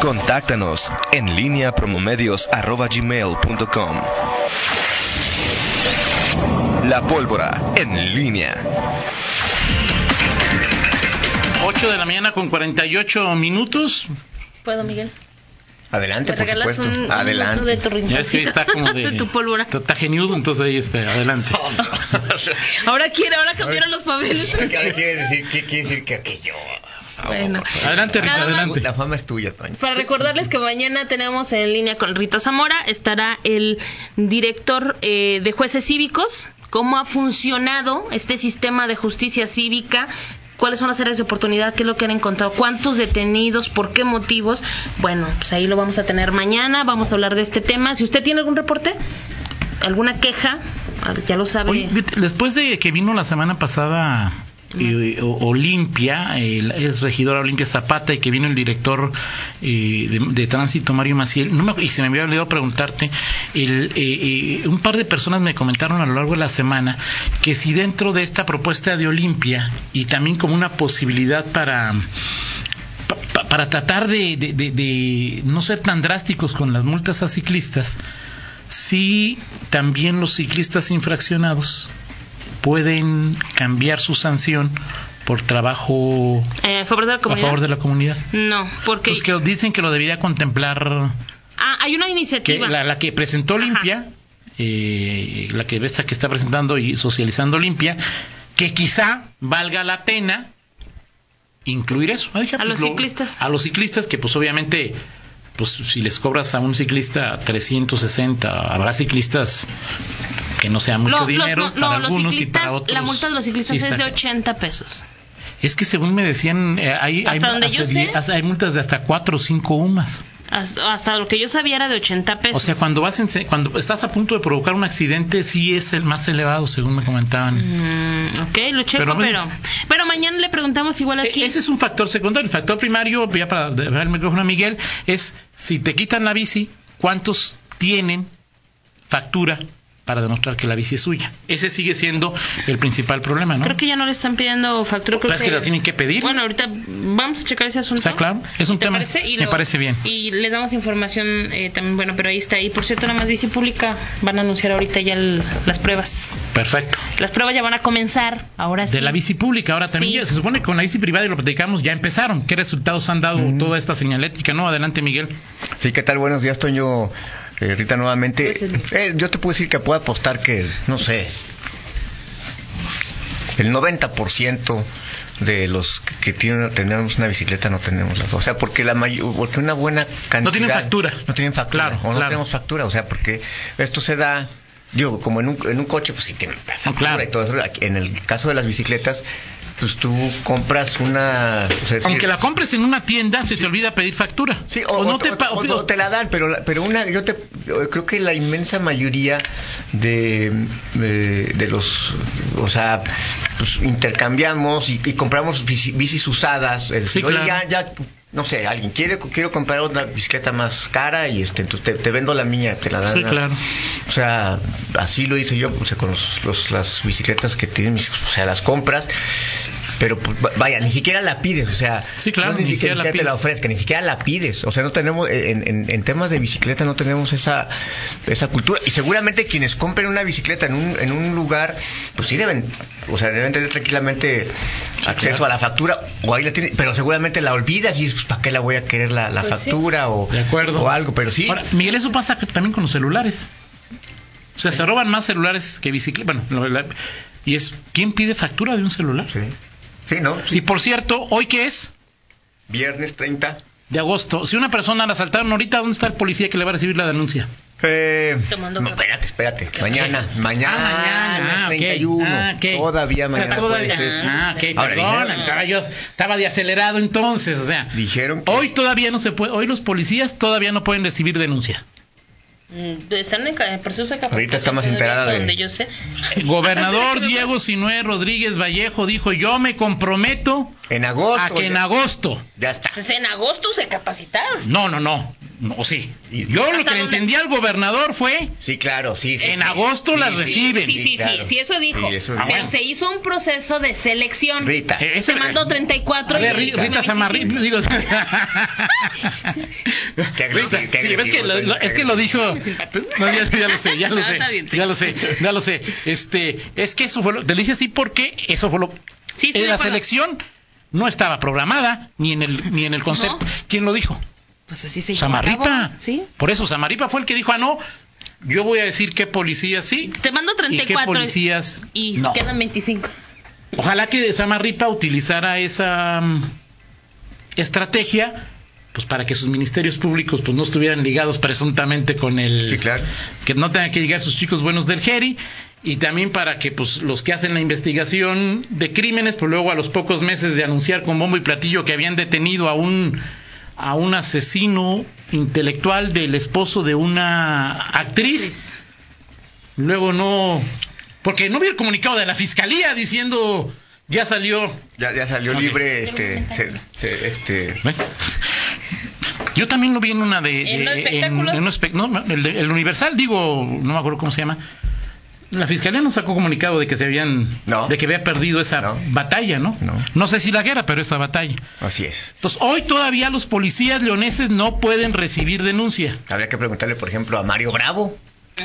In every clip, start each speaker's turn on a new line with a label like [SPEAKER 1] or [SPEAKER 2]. [SPEAKER 1] Contáctanos en línea promomedios.com. La pólvora en línea.
[SPEAKER 2] 8 de la mañana con 48 minutos.
[SPEAKER 3] ¿Puedo, Miguel?
[SPEAKER 4] Adelante,
[SPEAKER 3] ¿Me
[SPEAKER 4] por
[SPEAKER 3] regalas
[SPEAKER 4] supuesto.
[SPEAKER 3] un, un minuto de
[SPEAKER 4] Adelante.
[SPEAKER 3] tu
[SPEAKER 2] Ya es que ahí está como de.
[SPEAKER 3] de tu pólvora.
[SPEAKER 2] Está geniudo, entonces ahí está, adelante.
[SPEAKER 3] Ahora quiere, ahora cambiaron los papeles.
[SPEAKER 4] ¿Qué quiere decir? ¿Qué quiere decir que, que yo?
[SPEAKER 3] Bueno.
[SPEAKER 2] Adelante, Rita,
[SPEAKER 3] Nada más.
[SPEAKER 2] adelante.
[SPEAKER 4] La fama es tuya, Toño.
[SPEAKER 3] Para recordarles que mañana tenemos en línea con Rita Zamora, estará el director eh, de jueces cívicos, cómo ha funcionado este sistema de justicia cívica, cuáles son las áreas de oportunidad, qué es lo que han encontrado, cuántos detenidos, por qué motivos. Bueno, pues ahí lo vamos a tener mañana, vamos a hablar de este tema. Si usted tiene algún reporte, alguna queja, ya lo sabe.
[SPEAKER 2] Oye, vete, después de que vino la semana pasada eh, O- Olimpia, el- es regidora Olimpia Zapata y que vino el director eh, de, de tránsito Mario Maciel, no me acu- y se me había olvidado preguntarte, el, eh, eh, un par de personas me comentaron a lo largo de la semana que si dentro de esta propuesta de Olimpia y también como una posibilidad para pa- pa- para tratar de, de- de- de no ser tan drásticos con las multas a ciclistas, si también los ciclistas infraccionados pueden cambiar su sanción por trabajo
[SPEAKER 3] Eh, a favor de
[SPEAKER 2] a
[SPEAKER 3] la comunidad.
[SPEAKER 2] favor de la comunidad.
[SPEAKER 3] No, porque
[SPEAKER 2] Los que dicen que lo debería contemplar
[SPEAKER 3] Ah, hay una
[SPEAKER 2] que
[SPEAKER 3] iniciativa.
[SPEAKER 2] la, la que presentó
[SPEAKER 3] Ajá.
[SPEAKER 2] Limpia, eh, la que esta que está presentando y socializando Limpia, que quizá valga la pena incluir eso. Ay,
[SPEAKER 3] A los
[SPEAKER 2] lo-
[SPEAKER 3] ciclistas.
[SPEAKER 2] A los ciclistas que pues obviamente pues si les cobras a un ciclista 360, habrá ciclistas que no sea mucho
[SPEAKER 3] Lo- los-
[SPEAKER 2] dinero
[SPEAKER 3] no, no,
[SPEAKER 2] para
[SPEAKER 3] los
[SPEAKER 2] algunos y
[SPEAKER 3] ciclistas,
[SPEAKER 2] para otros.
[SPEAKER 3] la multa de los
[SPEAKER 2] sí
[SPEAKER 3] ciclistas es
[SPEAKER 2] está
[SPEAKER 3] de
[SPEAKER 2] ca-
[SPEAKER 3] 80 pesos.
[SPEAKER 2] Es que según me decían eh, hay
[SPEAKER 3] Hasta
[SPEAKER 2] hay,
[SPEAKER 3] donde yo
[SPEAKER 2] die-
[SPEAKER 3] sé.
[SPEAKER 2] hasta- hay multas de hasta 4 o 5 UMAS.
[SPEAKER 3] Hasta, hasta lo que yo sabía era de 80 pesos.
[SPEAKER 2] O sea, cuando vas en se- cuando estás a punto de provocar un accidente, sí es el más elevado, según me comentaban.
[SPEAKER 3] Mm, ok, lo checo,
[SPEAKER 2] Pero
[SPEAKER 3] pero, pero,
[SPEAKER 2] bueno.
[SPEAKER 3] mañana le preguntamos igual
[SPEAKER 2] E-
[SPEAKER 3] aquí.
[SPEAKER 2] Ese es un factor secundario. El factor primario, ya para dar el micrófono a Miguel, es si te quitan la bici, ¿cuántos tienen factura para demostrar que la bici es suya? Ese sigue siendo el principal problema, ¿no?
[SPEAKER 3] Creo que ya no le están pidiendo factura. creo
[SPEAKER 2] Pues es que la tienen que pedir.
[SPEAKER 3] Bueno, ahorita vamos a checar ese asunto.
[SPEAKER 2] Está claro. Es un
[SPEAKER 3] ¿Te
[SPEAKER 2] tema.
[SPEAKER 3] parece? Y
[SPEAKER 2] Me
[SPEAKER 3] lo-
[SPEAKER 2] parece bien.
[SPEAKER 3] Y les damos información eh, también. Bueno, pero ahí está. Y por cierto, nada más bici pública van a anunciar ahorita ya el- las pruebas.
[SPEAKER 2] Perfecto.
[SPEAKER 3] Las pruebas ya van a comenzar. Ahora sí.
[SPEAKER 2] De la bici pública, ahora también
[SPEAKER 3] Sí.
[SPEAKER 2] ya se supone que con la bici privada y lo platicamos, ya empezaron. ¿Qué resultados han dado toda esta señalética? No, adelante Miguel.
[SPEAKER 4] Sí, ¿qué tal? Buenos días, Toño. Eh, Rita, nuevamente.
[SPEAKER 3] Pues,
[SPEAKER 4] Eh, yo te puedo decir que puedo apostar que, no sé, el 90% de los que- que tienen, tenemos una bicicleta no tenemos la O sea, porque la may- porque una buena cantidad...
[SPEAKER 2] tienen factura.
[SPEAKER 4] No tienen factura.
[SPEAKER 2] Claro,
[SPEAKER 4] o no
[SPEAKER 2] claro.
[SPEAKER 4] tenemos factura. O sea, porque esto se da... Digo, como en un, en un coche, pues sí tienen factura
[SPEAKER 2] claro.
[SPEAKER 4] y todo eso. Aquí, En el caso de las bicicletas, pues tú compras una... o sea, es
[SPEAKER 2] Aunque
[SPEAKER 4] que-
[SPEAKER 2] la compres en una tienda, se te olvida pedir factura.
[SPEAKER 4] Sí, o, o- o-
[SPEAKER 2] pa-
[SPEAKER 4] o- o te la dan, pero, la- pero una, yo, te, yo creo que la inmensa mayoría de, de, de los, o sea, pues, intercambiamos y, y compramos bici- bicis usadas. Es decir,
[SPEAKER 2] Sí,
[SPEAKER 4] "Oye,
[SPEAKER 2] claro.
[SPEAKER 4] ya, ya, no sé, alguien quiere, quiero comprar una bicicleta más cara y este, entonces te, te vendo la mía, te la dan.
[SPEAKER 2] Sí,
[SPEAKER 4] a-
[SPEAKER 2] claro.
[SPEAKER 4] o sea, así lo hice yo, o sea, con los- los- las bicicletas que tienen mis hijos, o sea, las compras, pero pues, va- vaya, ni siquiera la pides, o sea,
[SPEAKER 2] Sí, claro,
[SPEAKER 4] no es
[SPEAKER 2] ni siquiera la
[SPEAKER 4] te la
[SPEAKER 2] pides.
[SPEAKER 4] ofrezcan, ni siquiera la pides, o sea, no tenemos, eh, en, en- en temas de bicicleta no tenemos esa, esa cultura, y seguramente quienes compren una bicicleta en un, en un lugar, pues sí deben, o sea, deben tener tranquilamente acceso
[SPEAKER 2] claro.
[SPEAKER 4] a la factura, o ahí la tienen, pero seguramente la olvidas y dices, pues, ¿para qué la voy a querer la, la
[SPEAKER 3] Pues sí.
[SPEAKER 4] factura o,
[SPEAKER 2] De acuerdo.
[SPEAKER 4] o algo? Pero sí,
[SPEAKER 2] Ahora, Miguel, eso pasa que- también con los celulares. O sea, se roban más celulares que bicicletas. Bueno, la- la- y es, ¿quién pide factura de un celular?
[SPEAKER 4] sí, sí, ¿no? Sí.
[SPEAKER 2] Y por cierto, ¿hoy qué es?
[SPEAKER 4] Viernes 30.
[SPEAKER 2] De agosto. Si una persona la asaltaron ahorita, ¿dónde está el policía que le va a recibir la denuncia?
[SPEAKER 4] Eh,
[SPEAKER 3] Tomando
[SPEAKER 4] no,
[SPEAKER 3] café.
[SPEAKER 4] espérate, espérate. Mañana, mañana,
[SPEAKER 2] Ah, ok.
[SPEAKER 4] 31.
[SPEAKER 2] Ah, ok.
[SPEAKER 4] Todavía
[SPEAKER 2] O sea,
[SPEAKER 4] mañana
[SPEAKER 2] todavía-
[SPEAKER 4] puede ser.
[SPEAKER 2] Ah, ok,
[SPEAKER 4] Ahora,
[SPEAKER 2] perdóname,
[SPEAKER 4] dijeron-
[SPEAKER 2] estaba yo estaba de acelerado entonces, o sea.
[SPEAKER 4] Dijeron que-
[SPEAKER 2] Hoy todavía no se puede, hoy los policías todavía no pueden recibir denuncia.
[SPEAKER 3] Mm, Están en ca- en proceso de capacitación
[SPEAKER 4] Ahorita está más
[SPEAKER 3] todavía,
[SPEAKER 4] enterada
[SPEAKER 3] hasta
[SPEAKER 4] de-
[SPEAKER 3] donde yo sé.
[SPEAKER 2] El gobernador Diego Sinué Rodríguez Vallejo dijo, "Yo me comprometo
[SPEAKER 4] En agosto.
[SPEAKER 2] a Ah, que en
[SPEAKER 4] ya-
[SPEAKER 2] agosto."
[SPEAKER 4] Ya está.
[SPEAKER 3] Pues, en agosto se capacitaron.
[SPEAKER 2] No, no, no. No, sí. Yo lo que le
[SPEAKER 3] dónde?
[SPEAKER 2] entendí al gobernador fue
[SPEAKER 4] Sí, claro, sí. sí
[SPEAKER 2] en
[SPEAKER 4] sí.
[SPEAKER 2] agosto las reciben.
[SPEAKER 3] Sí, sí, sí,
[SPEAKER 4] claro.
[SPEAKER 3] sí, eso dijo.
[SPEAKER 4] Sí, eso
[SPEAKER 3] Pero
[SPEAKER 4] dijo.
[SPEAKER 2] Ah, bueno.
[SPEAKER 3] se hizo un proceso de selección.
[SPEAKER 4] Rita.
[SPEAKER 2] Eh,
[SPEAKER 3] Se
[SPEAKER 2] ese-
[SPEAKER 3] mandó 34
[SPEAKER 2] A ver,
[SPEAKER 3] y
[SPEAKER 2] Ri- Rita Samarri, digo.
[SPEAKER 4] Qué agresivo,
[SPEAKER 2] Rita,
[SPEAKER 4] qué
[SPEAKER 2] sí, ves
[SPEAKER 4] agresivo,
[SPEAKER 2] que lo-
[SPEAKER 4] Toño,
[SPEAKER 2] lo-
[SPEAKER 4] qué
[SPEAKER 2] es que lo dijo. pues,
[SPEAKER 3] simpático.
[SPEAKER 2] No, ya, ya lo sé, ya lo
[SPEAKER 3] No,
[SPEAKER 2] sé.
[SPEAKER 3] está bien,
[SPEAKER 2] Ya lo sé, ya lo sé. Este, es que eso fue lo. Te lo dije así porque eso fue lo.
[SPEAKER 3] Sí, estoy
[SPEAKER 2] eh,
[SPEAKER 3] de
[SPEAKER 2] la
[SPEAKER 3] acuerdo.
[SPEAKER 2] selección no estaba programada ni en el ni en el concepto.
[SPEAKER 3] No.
[SPEAKER 2] ¿Quién lo dijo?
[SPEAKER 3] Pues así se llevó a cabo,
[SPEAKER 2] Samarripa.
[SPEAKER 3] Sí.
[SPEAKER 2] Por eso Samarripa fue el que dijo, ah, no, yo voy a decir qué policías sí
[SPEAKER 3] Te mando
[SPEAKER 2] y qué
[SPEAKER 3] 34
[SPEAKER 2] policías
[SPEAKER 3] y
[SPEAKER 2] no.
[SPEAKER 3] quedan 25.
[SPEAKER 2] Ojalá que Samarripa utilizara esa mm, estrategia pues para que sus ministerios públicos pues no estuvieran ligados presuntamente con el
[SPEAKER 4] Sí, claro.
[SPEAKER 2] que no tengan que llegar sus chicos buenos del Geri y también para que pues los que hacen la investigación de crímenes pues luego a los pocos meses de anunciar con bombo y platillo que habían detenido a un a un asesino intelectual del esposo de una actriz luego no porque no vi el comunicado de la fiscalía diciendo ya salió
[SPEAKER 4] Ya, ya salió
[SPEAKER 2] Ok.
[SPEAKER 4] libre, este, se- se- este,
[SPEAKER 2] Bueno, yo también lo vi en una de,
[SPEAKER 3] ¿En
[SPEAKER 2] de-
[SPEAKER 3] los espectáculos?
[SPEAKER 2] en un espe- no, no, el, de- el Universal digo no me acuerdo cómo se llama la fiscalía no sacó comunicado de que se habían
[SPEAKER 4] No.
[SPEAKER 2] de que había perdido esa
[SPEAKER 4] No.
[SPEAKER 2] batalla no
[SPEAKER 4] No.
[SPEAKER 2] sé si la guerra pero esa batalla
[SPEAKER 4] así es.
[SPEAKER 2] entonces hoy todavía los policías leoneses no pueden recibir denuncia
[SPEAKER 4] Habría que preguntarle, por ejemplo, a Mario Bravo.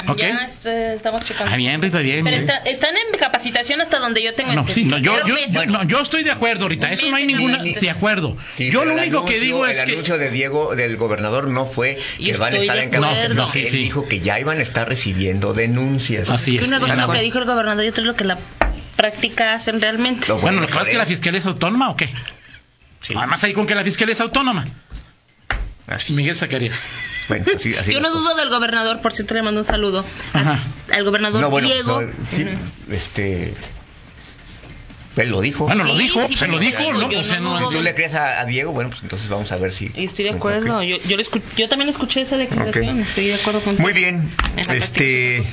[SPEAKER 2] ¿ok?
[SPEAKER 3] Ya este, estamos checando.
[SPEAKER 2] Ah, bien Rita bien
[SPEAKER 3] Pero
[SPEAKER 2] bien.
[SPEAKER 3] está- están en capacitación hasta donde yo tengo
[SPEAKER 2] No, sí,
[SPEAKER 3] entendido.
[SPEAKER 2] no, yo,
[SPEAKER 3] Pero
[SPEAKER 2] yo,
[SPEAKER 3] pues,
[SPEAKER 2] yo- no, yo estoy de acuerdo ahorita. Eso no hay
[SPEAKER 3] Sí,
[SPEAKER 2] ninguna.
[SPEAKER 3] sí, sí.
[SPEAKER 2] De acuerdo.
[SPEAKER 4] Sí,
[SPEAKER 2] yo
[SPEAKER 4] pero
[SPEAKER 2] lo
[SPEAKER 4] el
[SPEAKER 2] único que
[SPEAKER 4] anuncio-
[SPEAKER 2] digo es
[SPEAKER 4] El
[SPEAKER 2] que.
[SPEAKER 4] anuncio de Diego, del gobernador, no fue
[SPEAKER 3] Y
[SPEAKER 4] que van a
[SPEAKER 3] estoy
[SPEAKER 4] estar
[SPEAKER 3] de
[SPEAKER 4] en
[SPEAKER 3] acuerdo.
[SPEAKER 4] capacitación.
[SPEAKER 2] No, sí,
[SPEAKER 4] Él
[SPEAKER 2] sí.
[SPEAKER 4] dijo que ya iban a estar recibiendo denuncias.
[SPEAKER 2] Así
[SPEAKER 3] que
[SPEAKER 2] es.
[SPEAKER 3] una cosa es
[SPEAKER 2] Tal
[SPEAKER 3] lo que
[SPEAKER 2] cual.
[SPEAKER 3] dijo el gobernador y otra es lo que la práctica hacen realmente.
[SPEAKER 4] Lo
[SPEAKER 2] Bueno, lo que
[SPEAKER 4] por
[SPEAKER 2] pasa es que la
[SPEAKER 4] él.
[SPEAKER 2] fiscalía es autónoma o qué. Además, ahí con que la fiscalía es autónoma.
[SPEAKER 4] Así.
[SPEAKER 2] Miguel Zacarías.
[SPEAKER 4] Bueno, así, así
[SPEAKER 3] Yo
[SPEAKER 4] las
[SPEAKER 3] no dudo del gobernador, por cierto, le mando un saludo a-
[SPEAKER 2] Ajá.
[SPEAKER 3] al gobernador
[SPEAKER 4] No, bueno,
[SPEAKER 3] Diego.
[SPEAKER 4] no, sí, este. Él lo dijo.
[SPEAKER 2] Bueno, lo
[SPEAKER 3] Sí,
[SPEAKER 2] dijo,
[SPEAKER 3] sí,
[SPEAKER 2] se
[SPEAKER 3] pero
[SPEAKER 2] lo
[SPEAKER 3] yo
[SPEAKER 2] dijo,
[SPEAKER 3] digo,
[SPEAKER 2] ¿no?
[SPEAKER 3] yo
[SPEAKER 2] O sea,
[SPEAKER 3] no
[SPEAKER 2] no-
[SPEAKER 3] dudo.
[SPEAKER 4] ¿Tú le crees a, a Diego? Bueno, pues entonces vamos a ver si.
[SPEAKER 3] Y estoy de acuerdo,
[SPEAKER 4] Ok.
[SPEAKER 3] yo, yo, lo escu- yo también escuché esa declaración,
[SPEAKER 4] Ok.
[SPEAKER 3] estoy de acuerdo con
[SPEAKER 4] Muy bien.
[SPEAKER 3] En la
[SPEAKER 4] Este.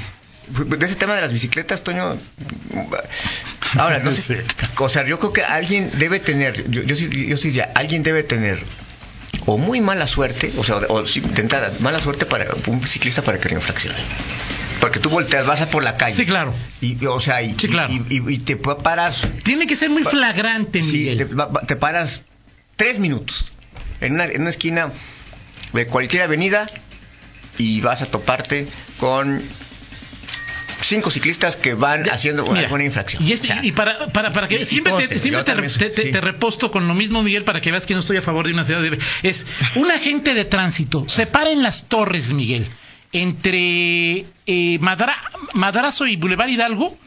[SPEAKER 4] De ese tema de las bicicletas, Toño. Ahora, no sé. O sea, yo creo que alguien debe tener. Yo, yo, sí- yo sí diría, alguien debe tener. O muy mala suerte, o sea, o, si intentar mala suerte para un ciclista para que lo infraccione. Porque tú volteas, vas a por la calle.
[SPEAKER 2] Sí, claro.
[SPEAKER 4] Y, o sea, y,
[SPEAKER 2] Sí, claro.
[SPEAKER 4] y, y- y te paras
[SPEAKER 2] Tiene que ser muy flagrante,
[SPEAKER 4] Sí,
[SPEAKER 2] Miguel.
[SPEAKER 4] te, va- va- te paras tres minutos en una, en una esquina de cualquier avenida y vas a toparte con cinco ciclistas que van haciendo
[SPEAKER 2] Mira,
[SPEAKER 4] alguna infracción.
[SPEAKER 2] Y, es-
[SPEAKER 4] O sea,
[SPEAKER 2] y para, para, para
[SPEAKER 4] y-
[SPEAKER 2] que
[SPEAKER 4] y
[SPEAKER 2] siempre, te-
[SPEAKER 4] conste,
[SPEAKER 2] siempre
[SPEAKER 4] yo
[SPEAKER 2] te,
[SPEAKER 4] también
[SPEAKER 2] te- te-
[SPEAKER 4] sí.
[SPEAKER 2] te reposto con lo mismo, Miguel, para que veas que no estoy a favor de una ciudad de... Es un agente de tránsito. Se para en las torres, Miguel. Entre eh, Madra- Madrazo y Boulevard Hidalgo.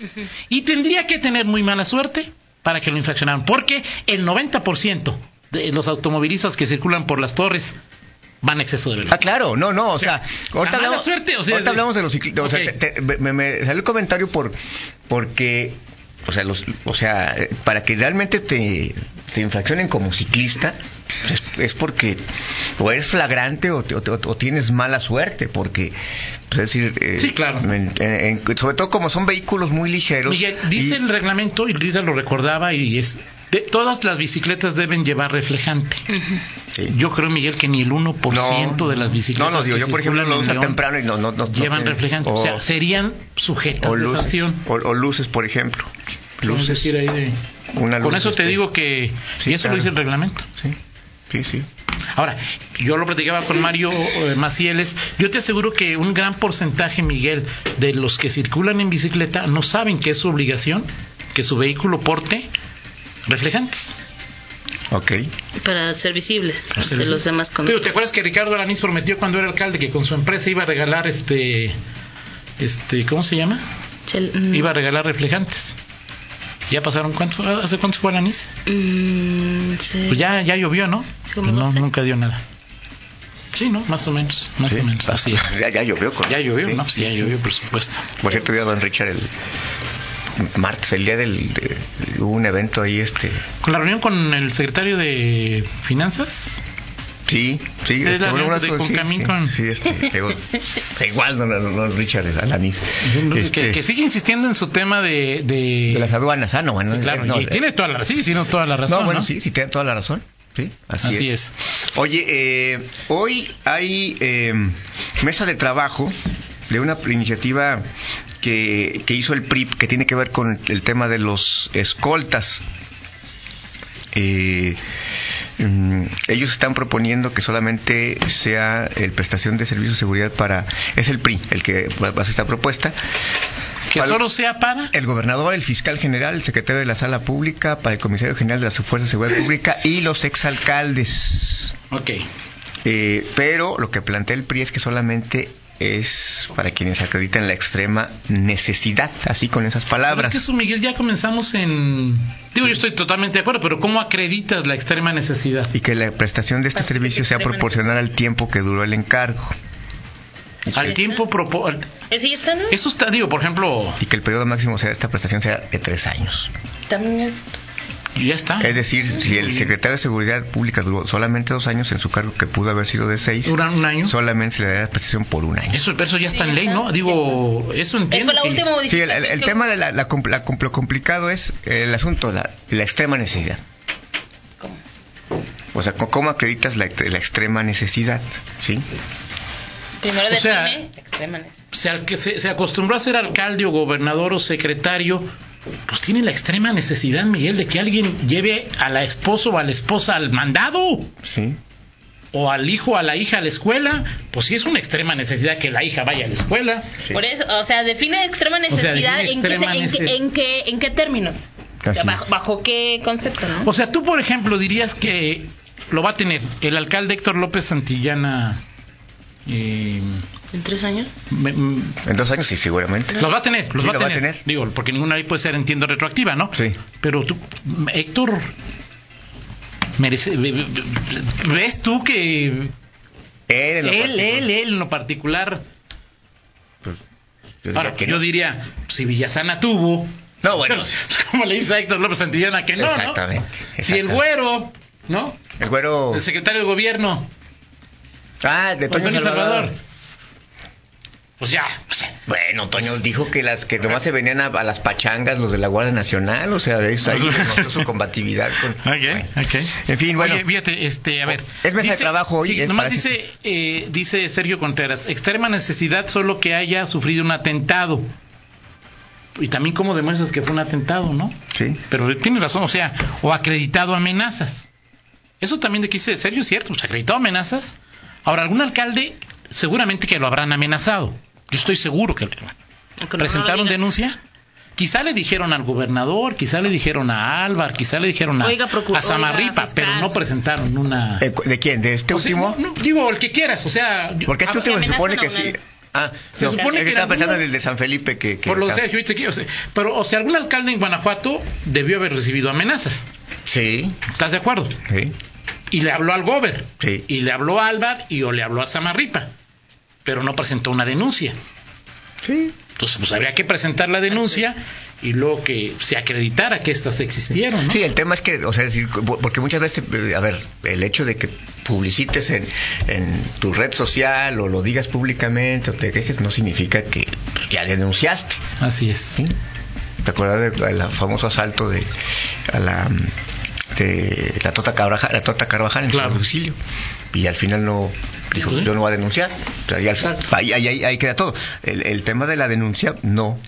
[SPEAKER 2] Y tendría que tener muy mala suerte para que lo infraccionaran. Porque el 90% de los automovilistas que circulan por las torres van a exceso de velocidad.
[SPEAKER 4] Ah, claro, no, no, o sea, ahorita,
[SPEAKER 2] mala
[SPEAKER 4] hablamos,
[SPEAKER 2] suerte, o sea,
[SPEAKER 4] ahorita
[SPEAKER 2] de-
[SPEAKER 4] hablamos de los ciclistas. O sea,
[SPEAKER 2] Ok.
[SPEAKER 4] te- te- me, me salió el comentario por, porque, o sea, los, o sea, eh, para que realmente te, te infraccionen como ciclista, pues es, es porque o eres flagrante o, te- o te- o tienes mala suerte, porque, pues, es decir, eh,
[SPEAKER 2] Sí, claro.
[SPEAKER 4] en- en- en- sobre todo como son vehículos muy ligeros.
[SPEAKER 2] Miguel, dice
[SPEAKER 4] y-
[SPEAKER 2] el reglamento, y Rita lo recordaba, y es, de, todas las bicicletas deben llevar reflejante.
[SPEAKER 4] Sí.
[SPEAKER 2] Yo creo, Miguel, que ni el 1% de las bicicletas
[SPEAKER 4] No, no, digo,
[SPEAKER 2] que
[SPEAKER 4] yo por ejemplo
[SPEAKER 2] circulan
[SPEAKER 4] lo
[SPEAKER 2] en
[SPEAKER 4] uso
[SPEAKER 2] León
[SPEAKER 4] temprano y no, no, no- Oh. no
[SPEAKER 2] llevan
[SPEAKER 4] tiene-
[SPEAKER 2] reflejante. O, sea, serían sujetas
[SPEAKER 4] o
[SPEAKER 2] de
[SPEAKER 4] luces,
[SPEAKER 2] sanción.
[SPEAKER 4] o, o luces, por ejemplo.
[SPEAKER 2] Es
[SPEAKER 4] Luces.
[SPEAKER 2] decir, ahí de-
[SPEAKER 4] Una
[SPEAKER 2] Con
[SPEAKER 4] luz,
[SPEAKER 2] eso te
[SPEAKER 4] este,
[SPEAKER 2] digo que...
[SPEAKER 4] sí,
[SPEAKER 2] y eso
[SPEAKER 4] claro.
[SPEAKER 2] lo dice el reglamento.
[SPEAKER 4] Sí, sí, sí.
[SPEAKER 2] Ahora, yo lo platicaba con Mario eh, Macieles. Yo te aseguro que un gran porcentaje, Miguel, de los que circulan en bicicleta no saben que es su obligación que su vehículo porte reflejantes.
[SPEAKER 4] Ok.
[SPEAKER 3] Para ser visibles
[SPEAKER 2] Para ser
[SPEAKER 3] de
[SPEAKER 2] visibles.
[SPEAKER 3] los demás con...
[SPEAKER 2] Pero, ¿Te acuerdas que Ricardo Alanís prometió cuando era alcalde que con su empresa iba a regalar este. este ¿Cómo se llama?
[SPEAKER 3] Chel- mm,
[SPEAKER 2] Iba a regalar reflejantes. ¿Ya pasaron cuánto? ¿Hace cuánto fue Alanís?
[SPEAKER 3] mm, sí.
[SPEAKER 2] Pues ya, ya llovió, ¿no?
[SPEAKER 3] Sí, como
[SPEAKER 2] Pues no,
[SPEAKER 3] doce.
[SPEAKER 2] nunca dio nada. Sí, ¿no? Más o menos, más
[SPEAKER 4] Sí.
[SPEAKER 2] o menos. Así es.
[SPEAKER 4] Ya, ya llovió, con-
[SPEAKER 2] Ya llovió,
[SPEAKER 4] sí,
[SPEAKER 2] ¿no? Sí, ya
[SPEAKER 4] sí,
[SPEAKER 2] llovió,
[SPEAKER 4] sí.
[SPEAKER 2] por supuesto.
[SPEAKER 4] Por cierto, vi a Don Richard el martes, el día del. de- hubo un evento ahí, este.
[SPEAKER 2] Con la reunión con el secretario de Finanzas,
[SPEAKER 4] Sí, sí,
[SPEAKER 2] Sí, la
[SPEAKER 4] este,
[SPEAKER 2] reunión
[SPEAKER 4] una-
[SPEAKER 2] de
[SPEAKER 4] sí,
[SPEAKER 2] Concamín
[SPEAKER 4] sí,
[SPEAKER 2] con-
[SPEAKER 4] sí, este, digo, igual don, don Richard Alanis.
[SPEAKER 2] que,
[SPEAKER 4] Este,
[SPEAKER 2] que sigue insistiendo en su tema de... de-
[SPEAKER 4] de las aduanas, ah, no, bueno,
[SPEAKER 2] Sí, claro,
[SPEAKER 4] no,
[SPEAKER 2] y
[SPEAKER 4] eh,
[SPEAKER 2] tiene toda la, sí, sí, no, toda la razón.
[SPEAKER 4] no, bueno,
[SPEAKER 2] ¿no?
[SPEAKER 4] sí, sí, tiene toda la razón. Sí, así,
[SPEAKER 2] Así
[SPEAKER 4] es.
[SPEAKER 2] es.
[SPEAKER 4] Oye, eh, hoy hay eh, mesa de trabajo de una iniciativa que, que hizo el PRIP que tiene que ver con el tema de los escoltas. Eh, mm, ellos están proponiendo que solamente sea el prestación de servicios de seguridad para... Es el PRI el que va va a hacer esta propuesta.
[SPEAKER 2] Que
[SPEAKER 4] Para-
[SPEAKER 2] solo sea para...
[SPEAKER 4] el gobernador, el fiscal general, el secretario de la sala pública, para el comisario general de la Fuerza de Seguridad Pública y los exalcaldes.
[SPEAKER 2] Ok.
[SPEAKER 4] Eh, pero lo que plantea el PRI es que solamente es para quienes acreditan la extrema necesidad, así con esas
[SPEAKER 2] Pero
[SPEAKER 4] palabras.
[SPEAKER 2] es que eso, Miguel, ya comenzamos en... Digo, yo estoy totalmente de acuerdo, pero ¿cómo acreditas la extrema necesidad?
[SPEAKER 4] Y que la prestación de este servicio sea proporcional al tiempo que duró el encargo.
[SPEAKER 2] Al tiempo propo... al-
[SPEAKER 3] ¿Ese ya está, no?
[SPEAKER 2] Eso está, digo, por ejemplo,
[SPEAKER 4] Y que el periodo máximo sea- de esta prestación sea de tres años.
[SPEAKER 3] También es...
[SPEAKER 2] ya está.
[SPEAKER 4] Es decir, si el secretario de Seguridad Pública duró solamente dos años en su cargo, que pudo haber sido de seis,
[SPEAKER 2] Dura un año.
[SPEAKER 4] solamente se le da la prestación por un año.
[SPEAKER 2] Eso, pero eso ya está
[SPEAKER 3] Sí,
[SPEAKER 2] en ley,
[SPEAKER 3] ya
[SPEAKER 2] ¿no?
[SPEAKER 3] está,
[SPEAKER 2] Digo, eso
[SPEAKER 3] Esa
[SPEAKER 2] entiendo.
[SPEAKER 3] fue la
[SPEAKER 2] que-
[SPEAKER 3] última
[SPEAKER 4] Sí, el,
[SPEAKER 3] modificación.
[SPEAKER 4] el- el
[SPEAKER 3] que
[SPEAKER 4] tema
[SPEAKER 3] hubo.
[SPEAKER 4] de la, la compl- la compl- lo complicado es el asunto, la, la extrema necesidad.
[SPEAKER 3] ¿Cómo?
[SPEAKER 4] O sea, co- ¿cómo acreditas la, ex- la extrema necesidad? ¿Sí?
[SPEAKER 3] Primero
[SPEAKER 2] O
[SPEAKER 3] define
[SPEAKER 2] sea-
[SPEAKER 3] la extrema necesidad.
[SPEAKER 2] se, al- que se- se acostumbró a ser alcalde o gobernador o secretario, pues tiene la extrema necesidad, Miguel, de que alguien lleve a la esposa o a la esposa al mandado
[SPEAKER 4] Sí.
[SPEAKER 2] o al hijo o a la hija a la escuela. Pues sí es una extrema necesidad que la hija vaya a la escuela.
[SPEAKER 4] sí.
[SPEAKER 3] Por eso, o sea, define extrema
[SPEAKER 2] sea,
[SPEAKER 3] necesidad
[SPEAKER 2] define
[SPEAKER 3] en, qué se-
[SPEAKER 2] extrema
[SPEAKER 3] en, qué,
[SPEAKER 2] nece-
[SPEAKER 3] en, qué, en qué términos. O sea,
[SPEAKER 4] Así
[SPEAKER 3] bajo,
[SPEAKER 4] es.
[SPEAKER 3] bajo qué concepto, ¿no?
[SPEAKER 2] O sea, tú, por ejemplo, dirías que lo va a tener el alcalde Héctor López Santillana. eh,
[SPEAKER 3] ¿En tres años?
[SPEAKER 2] me- me-
[SPEAKER 4] En dos años sí, seguramente.
[SPEAKER 2] Los va a tener, los
[SPEAKER 4] Sí,
[SPEAKER 2] va,
[SPEAKER 4] lo
[SPEAKER 2] a, tener. Digo, porque ninguna ley puede ser, entiendo, retroactiva, ¿no?
[SPEAKER 4] Sí.
[SPEAKER 2] Pero tú, Héctor, merece, ve- ve- ve- ¿ves tú que
[SPEAKER 4] Él, en
[SPEAKER 2] él,
[SPEAKER 4] lo
[SPEAKER 2] él,
[SPEAKER 4] particular.
[SPEAKER 2] él, en lo particular?
[SPEAKER 4] Pues, yo diría
[SPEAKER 2] Ahora,
[SPEAKER 4] que
[SPEAKER 2] yo
[SPEAKER 4] no.
[SPEAKER 2] diría, si Villasana tuvo...
[SPEAKER 4] No, bueno.
[SPEAKER 2] ¿Cómo le dice a Héctor López Santillana que no, no?
[SPEAKER 4] Exactamente,
[SPEAKER 2] Si el
[SPEAKER 4] exactamente.
[SPEAKER 2] güero, ¿no?
[SPEAKER 4] El güero...
[SPEAKER 2] El secretario de gobierno,
[SPEAKER 4] Ah, de Toño
[SPEAKER 2] Antonio
[SPEAKER 4] Salvador.
[SPEAKER 2] Salvador. Pues ya, pues,
[SPEAKER 4] Bueno, Toño dijo que las que nomás se venían a, a las pachangas los de la Guardia Nacional, o sea, de eso ahí demostró su combatividad con... Bueno.
[SPEAKER 2] Ok, ok.
[SPEAKER 4] En fin, bueno.
[SPEAKER 2] Oye, fíjate, este, a ver.
[SPEAKER 4] Es mesa de trabajo hoy,
[SPEAKER 2] sí,
[SPEAKER 4] eh,
[SPEAKER 2] nomás
[SPEAKER 4] parece.
[SPEAKER 2] dice, eh, dice Sergio Contreras, extrema necesidad solo que haya sufrido un atentado. Y también cómo demuestras que fue un atentado, ¿no?
[SPEAKER 4] Sí.
[SPEAKER 2] Pero tienes razón, o sea, o acreditado amenazas. Eso también de que dice Sergio es cierto, pues acreditado amenazas. Ahora, algún alcalde seguramente que lo habrán amenazado. Yo estoy seguro que lo-
[SPEAKER 3] Ah,
[SPEAKER 2] presentaron denuncia. Quizá le dijeron al gobernador, quizá le dijeron a Álvar, quizá le dijeron a,
[SPEAKER 3] Oiga, procu-
[SPEAKER 2] a Samarripa,
[SPEAKER 3] oiga, fiscal.
[SPEAKER 2] pero no presentaron una.
[SPEAKER 4] Eh, cu- ¿De quién? ¿De este
[SPEAKER 2] O sea,
[SPEAKER 4] último?
[SPEAKER 2] Pues no, no, digo, el que quieras, o sea. yo-
[SPEAKER 4] Porque
[SPEAKER 2] Ah, a-
[SPEAKER 4] este último se
[SPEAKER 3] amenazan
[SPEAKER 4] supone
[SPEAKER 3] a
[SPEAKER 4] que
[SPEAKER 3] un
[SPEAKER 4] sí.
[SPEAKER 3] al-
[SPEAKER 4] Ah,
[SPEAKER 2] Se
[SPEAKER 4] no,
[SPEAKER 2] supone
[SPEAKER 4] es
[SPEAKER 2] que en
[SPEAKER 4] estaba
[SPEAKER 2] algún
[SPEAKER 4] pensando en
[SPEAKER 2] lugar-
[SPEAKER 4] el de San Felipe que... que
[SPEAKER 2] Por lo de
[SPEAKER 4] está-
[SPEAKER 2] Sergio, ahorita que yo sé. Pero, o sea, algún alcalde en Guanajuato debió haber recibido amenazas.
[SPEAKER 4] Sí,
[SPEAKER 2] ¿Estás de acuerdo?
[SPEAKER 4] sí.
[SPEAKER 2] Y le habló al gober.
[SPEAKER 4] Sí.
[SPEAKER 2] Y le habló a Álvar y o le habló a Samarripa. Pero no presentó una denuncia.
[SPEAKER 4] Sí.
[SPEAKER 2] Entonces, pues habría que presentar la denuncia y luego que se acreditara que estas existieron. ¿no?
[SPEAKER 4] Sí, el tema es que, o sea, es decir, po- porque muchas veces, eh, a ver, el hecho de que publicites en, en tu red social o lo digas públicamente o te quejes no significa que pues, ya denunciaste.
[SPEAKER 2] Así es.
[SPEAKER 4] ¿sí? ¿Te acuerdas del del famoso asalto de a la mm, de la Tota Carvajal, la Tota Carvajal en
[SPEAKER 2] Claro.
[SPEAKER 4] su domicilio? Y al final no dijo, "Pues
[SPEAKER 2] Sí.
[SPEAKER 4] yo no voy a denunciar. O sea, y al-
[SPEAKER 2] Exacto.
[SPEAKER 4] ahí, ahí- ahí- ahí queda todo. El, el tema de la denuncia, no,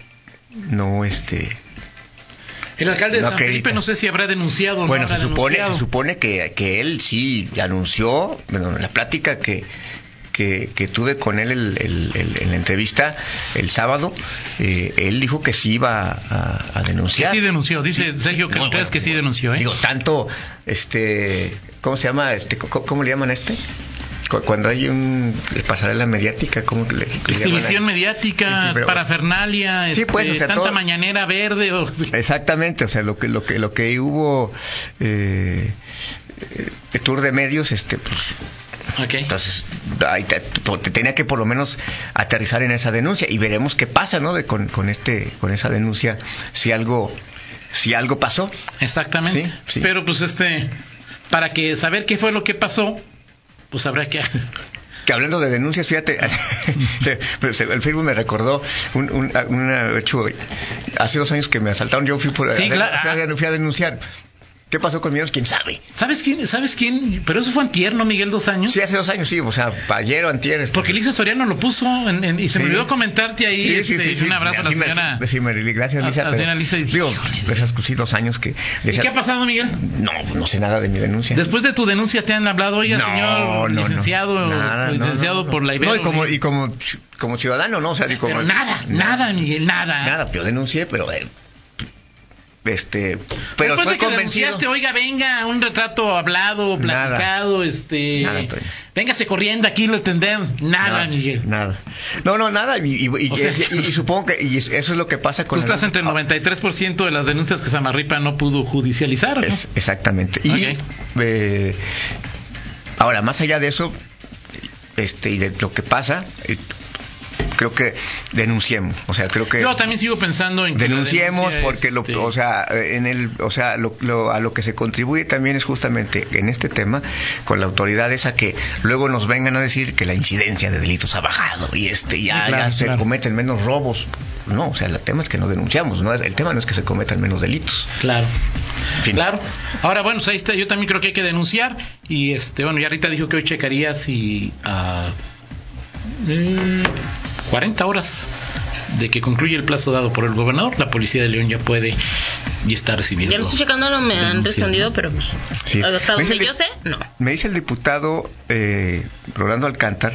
[SPEAKER 4] no este
[SPEAKER 2] El alcalde de
[SPEAKER 4] No
[SPEAKER 2] San
[SPEAKER 4] acredita.
[SPEAKER 2] Felipe no sé si habrá denunciado o no
[SPEAKER 4] Bueno,
[SPEAKER 2] habrá
[SPEAKER 4] se supone, se
[SPEAKER 2] denunciado.
[SPEAKER 4] supone que, que él sí anunció, bueno, en la plática que, que, que tuve con él el- el- el- en la entrevista el sábado, eh, él dijo que sí iba a, a
[SPEAKER 2] Que
[SPEAKER 4] denunciar.
[SPEAKER 2] sí denunció, dice Sergio que
[SPEAKER 4] Bueno,
[SPEAKER 2] crees
[SPEAKER 4] bueno,
[SPEAKER 2] que sí
[SPEAKER 4] bueno.
[SPEAKER 2] denunció, ¿eh?
[SPEAKER 4] Digo, tanto, este, ¿cómo se llama? Este, co- co- ¿Cómo le llaman a este? Cu- Cuando hay un pasarela mediática, ¿cómo le, le
[SPEAKER 2] Exhibición
[SPEAKER 4] llaman a-
[SPEAKER 2] mediática,
[SPEAKER 4] Sí, sí, pero-
[SPEAKER 2] parafernalia,
[SPEAKER 4] Sí,
[SPEAKER 2] este,
[SPEAKER 4] pues, o sea,
[SPEAKER 2] tanta
[SPEAKER 4] todo-
[SPEAKER 2] mañanera verde. o-
[SPEAKER 4] Exactamente, o sea, lo que lo que lo que hubo eh, eh, tour de medios, este, pues,
[SPEAKER 2] Ok.
[SPEAKER 4] Entonces, ahí te, te tenía que por lo menos aterrizar en esa denuncia y veremos qué pasa, ¿no? De con, con este, con esa denuncia, si algo, si algo pasó.
[SPEAKER 2] Exactamente.
[SPEAKER 4] Sí, sí.
[SPEAKER 2] Pero pues este, para que saber qué fue lo que pasó, pues habrá que...
[SPEAKER 4] Que hablando de denuncias, fíjate, se- pero se- el Facebook me recordó un, un- a- un hecho hace dos años que me asaltaron. Yo fui por
[SPEAKER 2] Sí,
[SPEAKER 4] a-
[SPEAKER 2] claro.
[SPEAKER 4] fui a- fui a denunciar. ¿Qué pasó con Miros? ¿Quién sabe?
[SPEAKER 2] ¿Sabes quién? ¿Sabes quién? Pero eso fue antier, ¿no, Miguel? Dos años.
[SPEAKER 4] Sí, hace dos años, sí, o sea, ayer o antier. este.
[SPEAKER 2] Porque Lisa Soriano lo puso en- en- y se me
[SPEAKER 4] Sí.
[SPEAKER 2] olvidó comentarte ahí.
[SPEAKER 4] Sí, sí,
[SPEAKER 2] este,
[SPEAKER 4] sí, sí.
[SPEAKER 2] Un abrazo a la
[SPEAKER 4] Así me-
[SPEAKER 2] señora.
[SPEAKER 4] sí, Marily, gracias,
[SPEAKER 2] a-
[SPEAKER 4] Lisa.
[SPEAKER 2] a la
[SPEAKER 4] pero-
[SPEAKER 2] señora Lisa y-
[SPEAKER 4] Digo,
[SPEAKER 2] híjole.
[SPEAKER 4] pues, esas sí, dos años que...
[SPEAKER 2] ¿Y
[SPEAKER 4] decía-
[SPEAKER 2] qué ha pasado, Miguel?
[SPEAKER 4] No, no sé nada de mi denuncia.
[SPEAKER 2] Después de tu denuncia te han hablado, oiga,
[SPEAKER 4] No, no,
[SPEAKER 2] señor
[SPEAKER 4] no.
[SPEAKER 2] licenciado, pues,
[SPEAKER 4] Nada, no,
[SPEAKER 2] licenciado
[SPEAKER 4] no, no.
[SPEAKER 2] por la Ibero.
[SPEAKER 4] No, y como, y como, como ciudadano, ¿no? O sea, y como-
[SPEAKER 2] Pero nada, nada, Miguel, nada.
[SPEAKER 4] Nada, pues, yo denuncié, pero... eh, este...
[SPEAKER 2] Después
[SPEAKER 4] Pero estoy
[SPEAKER 2] de que
[SPEAKER 4] convencido...
[SPEAKER 2] denunciaste, oiga, venga, un retrato hablado,
[SPEAKER 4] Nada.
[SPEAKER 2] platicado, este...
[SPEAKER 4] Nada, Toño.
[SPEAKER 2] Véngase corriendo, aquí lo atendemos. Nada, Miguel.
[SPEAKER 4] Nada. No, no, nada. Y, y- y-
[SPEAKER 2] O sea,
[SPEAKER 4] y- y supongo que y eso es lo que pasa con... Ah.
[SPEAKER 2] Tú
[SPEAKER 4] la-
[SPEAKER 2] estás entre el 93% de las denuncias que Samarripa no pudo judicializar, ¿no?
[SPEAKER 4] Es- exactamente. Y
[SPEAKER 2] Ok.
[SPEAKER 4] eh, ahora, más allá de eso, este, y de lo que pasa, eh, creo que denunciemos. O sea, creo que
[SPEAKER 2] Yo también sigo pensando en que la
[SPEAKER 4] denunciemos
[SPEAKER 2] denuncia es,
[SPEAKER 4] porque
[SPEAKER 2] este,
[SPEAKER 4] lo, o sea, eh, en el, o sea, lo- lo- a lo que se contribuye también es justamente en este tema con la autoridad esa que luego nos vengan a decir que la incidencia de delitos ha bajado y este ya,
[SPEAKER 2] Sí, claro,
[SPEAKER 4] ya se
[SPEAKER 2] claro.
[SPEAKER 4] cometen menos robos. No, o sea, el tema es que no denunciamos, no es- el tema no es que se cometan menos delitos.
[SPEAKER 2] Claro.
[SPEAKER 4] Fin.
[SPEAKER 2] Claro. Ahora, bueno, pues ahí está. Yo también creo que hay que denunciar. Y este, bueno, ya Rita dijo que hoy checaría si a mm, 40 horas de que concluye el plazo dado por el gobernador, la policía de León ya puede y está recibiendo.
[SPEAKER 3] Ya lo estoy checando, no me han
[SPEAKER 2] Denuncia,
[SPEAKER 3] respondido,
[SPEAKER 2] ¿no?
[SPEAKER 3] pero pues,
[SPEAKER 4] Sí.
[SPEAKER 3] hasta
[SPEAKER 4] Me dice
[SPEAKER 3] donde
[SPEAKER 4] que-
[SPEAKER 3] yo sé, no.
[SPEAKER 4] Me dice el diputado eh, Rolando Alcántar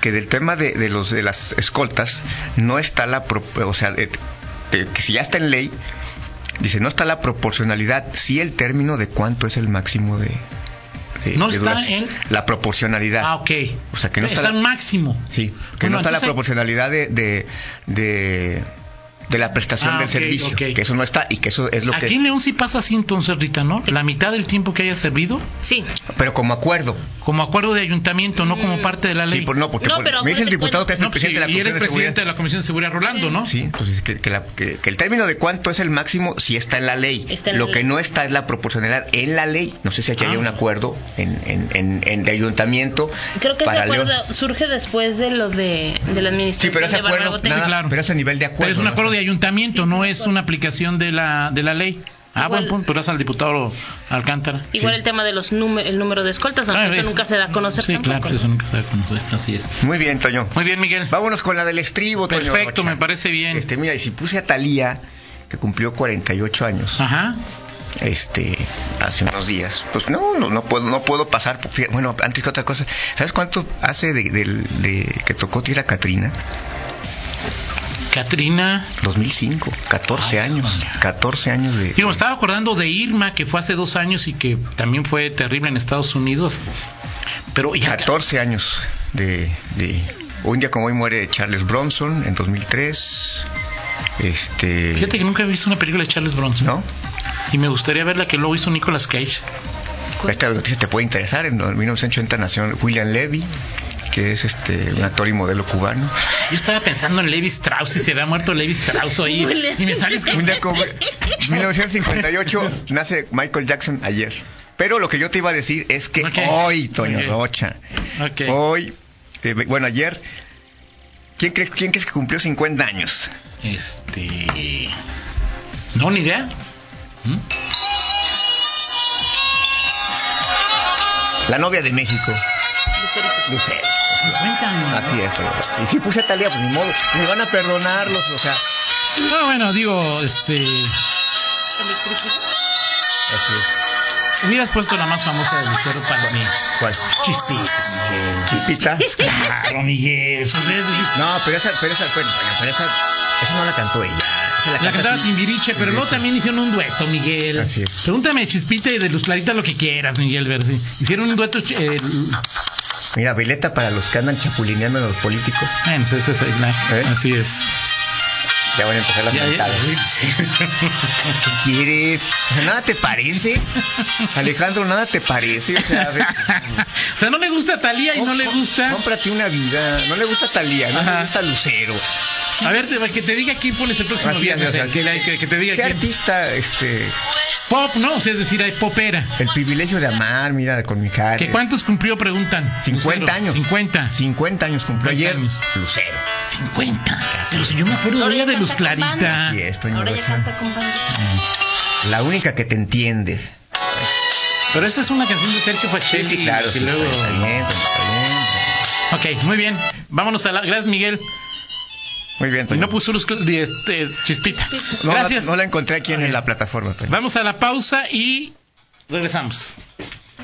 [SPEAKER 4] que del tema de, de los de las escoltas no está la pro- o sea eh, eh, que si ya está en ley dice no está la proporcionalidad sí el término de cuánto es el máximo de, de-
[SPEAKER 2] No
[SPEAKER 4] de
[SPEAKER 2] está
[SPEAKER 4] duración.
[SPEAKER 2] en-
[SPEAKER 4] la proporcionalidad
[SPEAKER 2] Ah, ok.
[SPEAKER 4] O sea, que no está
[SPEAKER 2] está,
[SPEAKER 4] la-
[SPEAKER 2] en máximo.
[SPEAKER 4] sí que
[SPEAKER 2] Bueno,
[SPEAKER 4] no está la
[SPEAKER 2] entonces-
[SPEAKER 4] proporcionalidad de, de, de- de la prestación
[SPEAKER 2] Ah,
[SPEAKER 4] del
[SPEAKER 2] ok,
[SPEAKER 4] servicio
[SPEAKER 2] ok.
[SPEAKER 4] que eso no está y que eso es lo
[SPEAKER 2] Aquí
[SPEAKER 4] que
[SPEAKER 2] en León sí pasa así entonces, Rita, ¿no? La mitad del tiempo que haya servido
[SPEAKER 3] Sí.
[SPEAKER 4] pero como acuerdo
[SPEAKER 2] como acuerdo de ayuntamiento, no como parte de la ley.
[SPEAKER 4] Mm. sí por- no porque
[SPEAKER 3] No,
[SPEAKER 4] por-
[SPEAKER 3] pero
[SPEAKER 4] me dice el
[SPEAKER 3] acuérdate,
[SPEAKER 4] diputado que es el
[SPEAKER 2] No, pues,
[SPEAKER 4] presidente de la
[SPEAKER 2] y
[SPEAKER 4] Comisión
[SPEAKER 2] eres
[SPEAKER 4] de Seguridad.
[SPEAKER 2] presidente de la Comisión de Seguridad, Rolando, ¿no?
[SPEAKER 4] Sí, entonces que, que la- que- que el término de cuánto es el máximo si está en la ley.
[SPEAKER 3] Está en la
[SPEAKER 4] Lo
[SPEAKER 3] ley.
[SPEAKER 4] que no está es la proporcionalidad en la ley. No sé si aquí
[SPEAKER 2] Ah.
[SPEAKER 4] hay un acuerdo en, en, en- en el ayuntamiento
[SPEAKER 3] Creo que ese
[SPEAKER 4] para
[SPEAKER 3] acuerdo
[SPEAKER 4] León.
[SPEAKER 3] surge después de lo de, de la
[SPEAKER 4] Sí,
[SPEAKER 3] administración
[SPEAKER 4] pero ese
[SPEAKER 3] de Bárbara
[SPEAKER 4] acuerdo,
[SPEAKER 3] Botella.
[SPEAKER 4] nada,
[SPEAKER 2] Sí, claro.
[SPEAKER 4] pero ese nivel de acuerdo.
[SPEAKER 2] Pero es un
[SPEAKER 4] ¿no?
[SPEAKER 2] acuerdo de ayuntamiento,
[SPEAKER 3] Sí,
[SPEAKER 2] no
[SPEAKER 3] sí,
[SPEAKER 2] es
[SPEAKER 3] acuerdo.
[SPEAKER 2] una aplicación de la, de la ley. Ah,
[SPEAKER 3] Igual-
[SPEAKER 2] buen punto, pero es al diputado Alcántara.
[SPEAKER 3] Igual
[SPEAKER 4] Sí.
[SPEAKER 3] el tema de los número, el número de escoltas, aunque
[SPEAKER 2] Ah,
[SPEAKER 3] eso
[SPEAKER 2] es-
[SPEAKER 3] nunca se da a conocer
[SPEAKER 2] Sí,
[SPEAKER 3] tampoco.
[SPEAKER 2] claro, eso nunca se da a conocer, así es.
[SPEAKER 4] Muy bien, Toño.
[SPEAKER 2] Muy bien, Miguel.
[SPEAKER 4] Vámonos con la del estribo, Toño
[SPEAKER 2] Perfecto,
[SPEAKER 4] Rocha.
[SPEAKER 2] me parece bien.
[SPEAKER 4] Este, mira, y si puse a Talía, que cumplió 48 años,
[SPEAKER 2] Ajá.
[SPEAKER 4] este, hace unos días, pues no, no, no puedo, no puedo pasar. por- fíjate, Bueno, antes que otra cosa, ¿sabes cuánto hace de, del- de que tocó Tierra Catrina?
[SPEAKER 2] Catrina.
[SPEAKER 4] 2005, 14
[SPEAKER 2] Ay,
[SPEAKER 4] años,
[SPEAKER 2] híjole.
[SPEAKER 4] 14 años de...
[SPEAKER 2] Digo, me estaba acordando de Irma, que fue hace dos años y que también fue terrible en Estados Unidos. Pero ya.
[SPEAKER 4] 14 años de, de- Un día como hoy muere Charles Bronson en 2003. Este...
[SPEAKER 2] Fíjate que nunca he visto una película de Charles Bronson.
[SPEAKER 4] ¿No?
[SPEAKER 2] Y me gustaría ver la que luego hizo Nicolas Cage.
[SPEAKER 4] Esta noticia te puede interesar. En 1980 nació William Levy, que es este un actor y modelo cubano.
[SPEAKER 2] Yo estaba pensando en Levi Strauss y se había muerto Levi Strauss ahí.
[SPEAKER 3] William.
[SPEAKER 2] Y me sales con
[SPEAKER 4] Un día como... 1958 nace Michael Jackson ayer. Pero lo que yo te iba a decir es que
[SPEAKER 2] Ok.
[SPEAKER 4] hoy, Toño
[SPEAKER 2] Ok.
[SPEAKER 4] Rocha,
[SPEAKER 2] Ok.
[SPEAKER 4] hoy, eh, bueno, ayer, ¿quién, crees- ¿quién crees que cumplió 50 años?
[SPEAKER 2] Este. No, ni idea. ¿Mm?
[SPEAKER 4] La novia de México.
[SPEAKER 3] Lucerito.
[SPEAKER 4] Lucero.
[SPEAKER 2] Cuéntame.
[SPEAKER 4] Así es, Toño. Y si puse a Talía, pues ni modo. Me van a perdonarlos, o sea.
[SPEAKER 2] No, Ah, bueno, digo, este.
[SPEAKER 4] Así es.
[SPEAKER 2] Hubieras puesto la más famosa de Lucero para mí.
[SPEAKER 4] ¿Cuál?
[SPEAKER 2] Chispitas, Miguel.
[SPEAKER 4] Chispita.
[SPEAKER 2] Claro, Miguel. pues es-
[SPEAKER 4] No, pero esa, pero esa, bueno, Toño, pero esa, esa no la cantó ella. Esa
[SPEAKER 2] La
[SPEAKER 4] canta
[SPEAKER 2] cantaba Timbiriche, pero luego también hicieron un dueto, Miguel.
[SPEAKER 4] Así es.
[SPEAKER 2] Pregúntame de Chispita y de Luz Clarita lo que quieras, Miguel Versi. Hicieron un dueto. eh,
[SPEAKER 4] Mira, veleta para los que andan chapulineando a los políticos.
[SPEAKER 2] bueno, pues esa es la-
[SPEAKER 4] ¿Eh?
[SPEAKER 2] Así es.
[SPEAKER 4] Ya van a empezar las
[SPEAKER 2] Ya, ya,
[SPEAKER 4] mentadas.
[SPEAKER 2] sí,
[SPEAKER 4] ¿Qué quieres? O sea, Nada te parece. Alejandro, nada te parece. O sea, ve-
[SPEAKER 2] o sea, no me gusta Talía y no le gusta.
[SPEAKER 4] Cómprate una vida. No le gusta Talía, no
[SPEAKER 2] Ajá.
[SPEAKER 4] le gusta Lucero.
[SPEAKER 2] A ver, te- que te diga quién pones el próximo
[SPEAKER 4] Así es,
[SPEAKER 2] viernes.
[SPEAKER 4] o sea,
[SPEAKER 2] eh, que, la- que- que te diga
[SPEAKER 4] ¿Qué
[SPEAKER 2] quién.
[SPEAKER 4] artista, este,
[SPEAKER 2] Pop, ¿no? O sea, es decir, hay popera.
[SPEAKER 4] el privilegio de amar, mira, con mi cara.
[SPEAKER 2] ¿Que ¿Cuántos cumplió? Preguntan.
[SPEAKER 4] 50
[SPEAKER 2] Lucero,
[SPEAKER 4] años.
[SPEAKER 2] 50.
[SPEAKER 4] 50 años cumplió
[SPEAKER 2] 50
[SPEAKER 4] ayer.
[SPEAKER 2] años.
[SPEAKER 4] Lucero.
[SPEAKER 2] 50. Pero si yo me acuerdo
[SPEAKER 3] Ahora
[SPEAKER 2] de ella
[SPEAKER 3] ya
[SPEAKER 2] de Luz
[SPEAKER 3] canta con
[SPEAKER 2] Clarita.
[SPEAKER 3] bandas.
[SPEAKER 4] Así es, Toño
[SPEAKER 3] Ahora ya
[SPEAKER 4] Rocha.
[SPEAKER 3] canta con banda.
[SPEAKER 4] La única que te entiende.
[SPEAKER 2] Pero esa es una canción de Sergio
[SPEAKER 4] Sí,
[SPEAKER 2] Facchetti.
[SPEAKER 4] sí, claro.
[SPEAKER 2] que
[SPEAKER 4] sí, pues,
[SPEAKER 2] luego-
[SPEAKER 4] Está bien, está bien.
[SPEAKER 2] Ok, muy bien. Vámonos a la. Gracias, Miguel.
[SPEAKER 4] Muy bien,
[SPEAKER 2] Y
[SPEAKER 4] Toño.
[SPEAKER 2] no puso luz de este, chispita.
[SPEAKER 4] No la-
[SPEAKER 2] Gracias.
[SPEAKER 4] No la encontré aquí en la plataforma, Toño.
[SPEAKER 2] Vamos a la pausa y regresamos.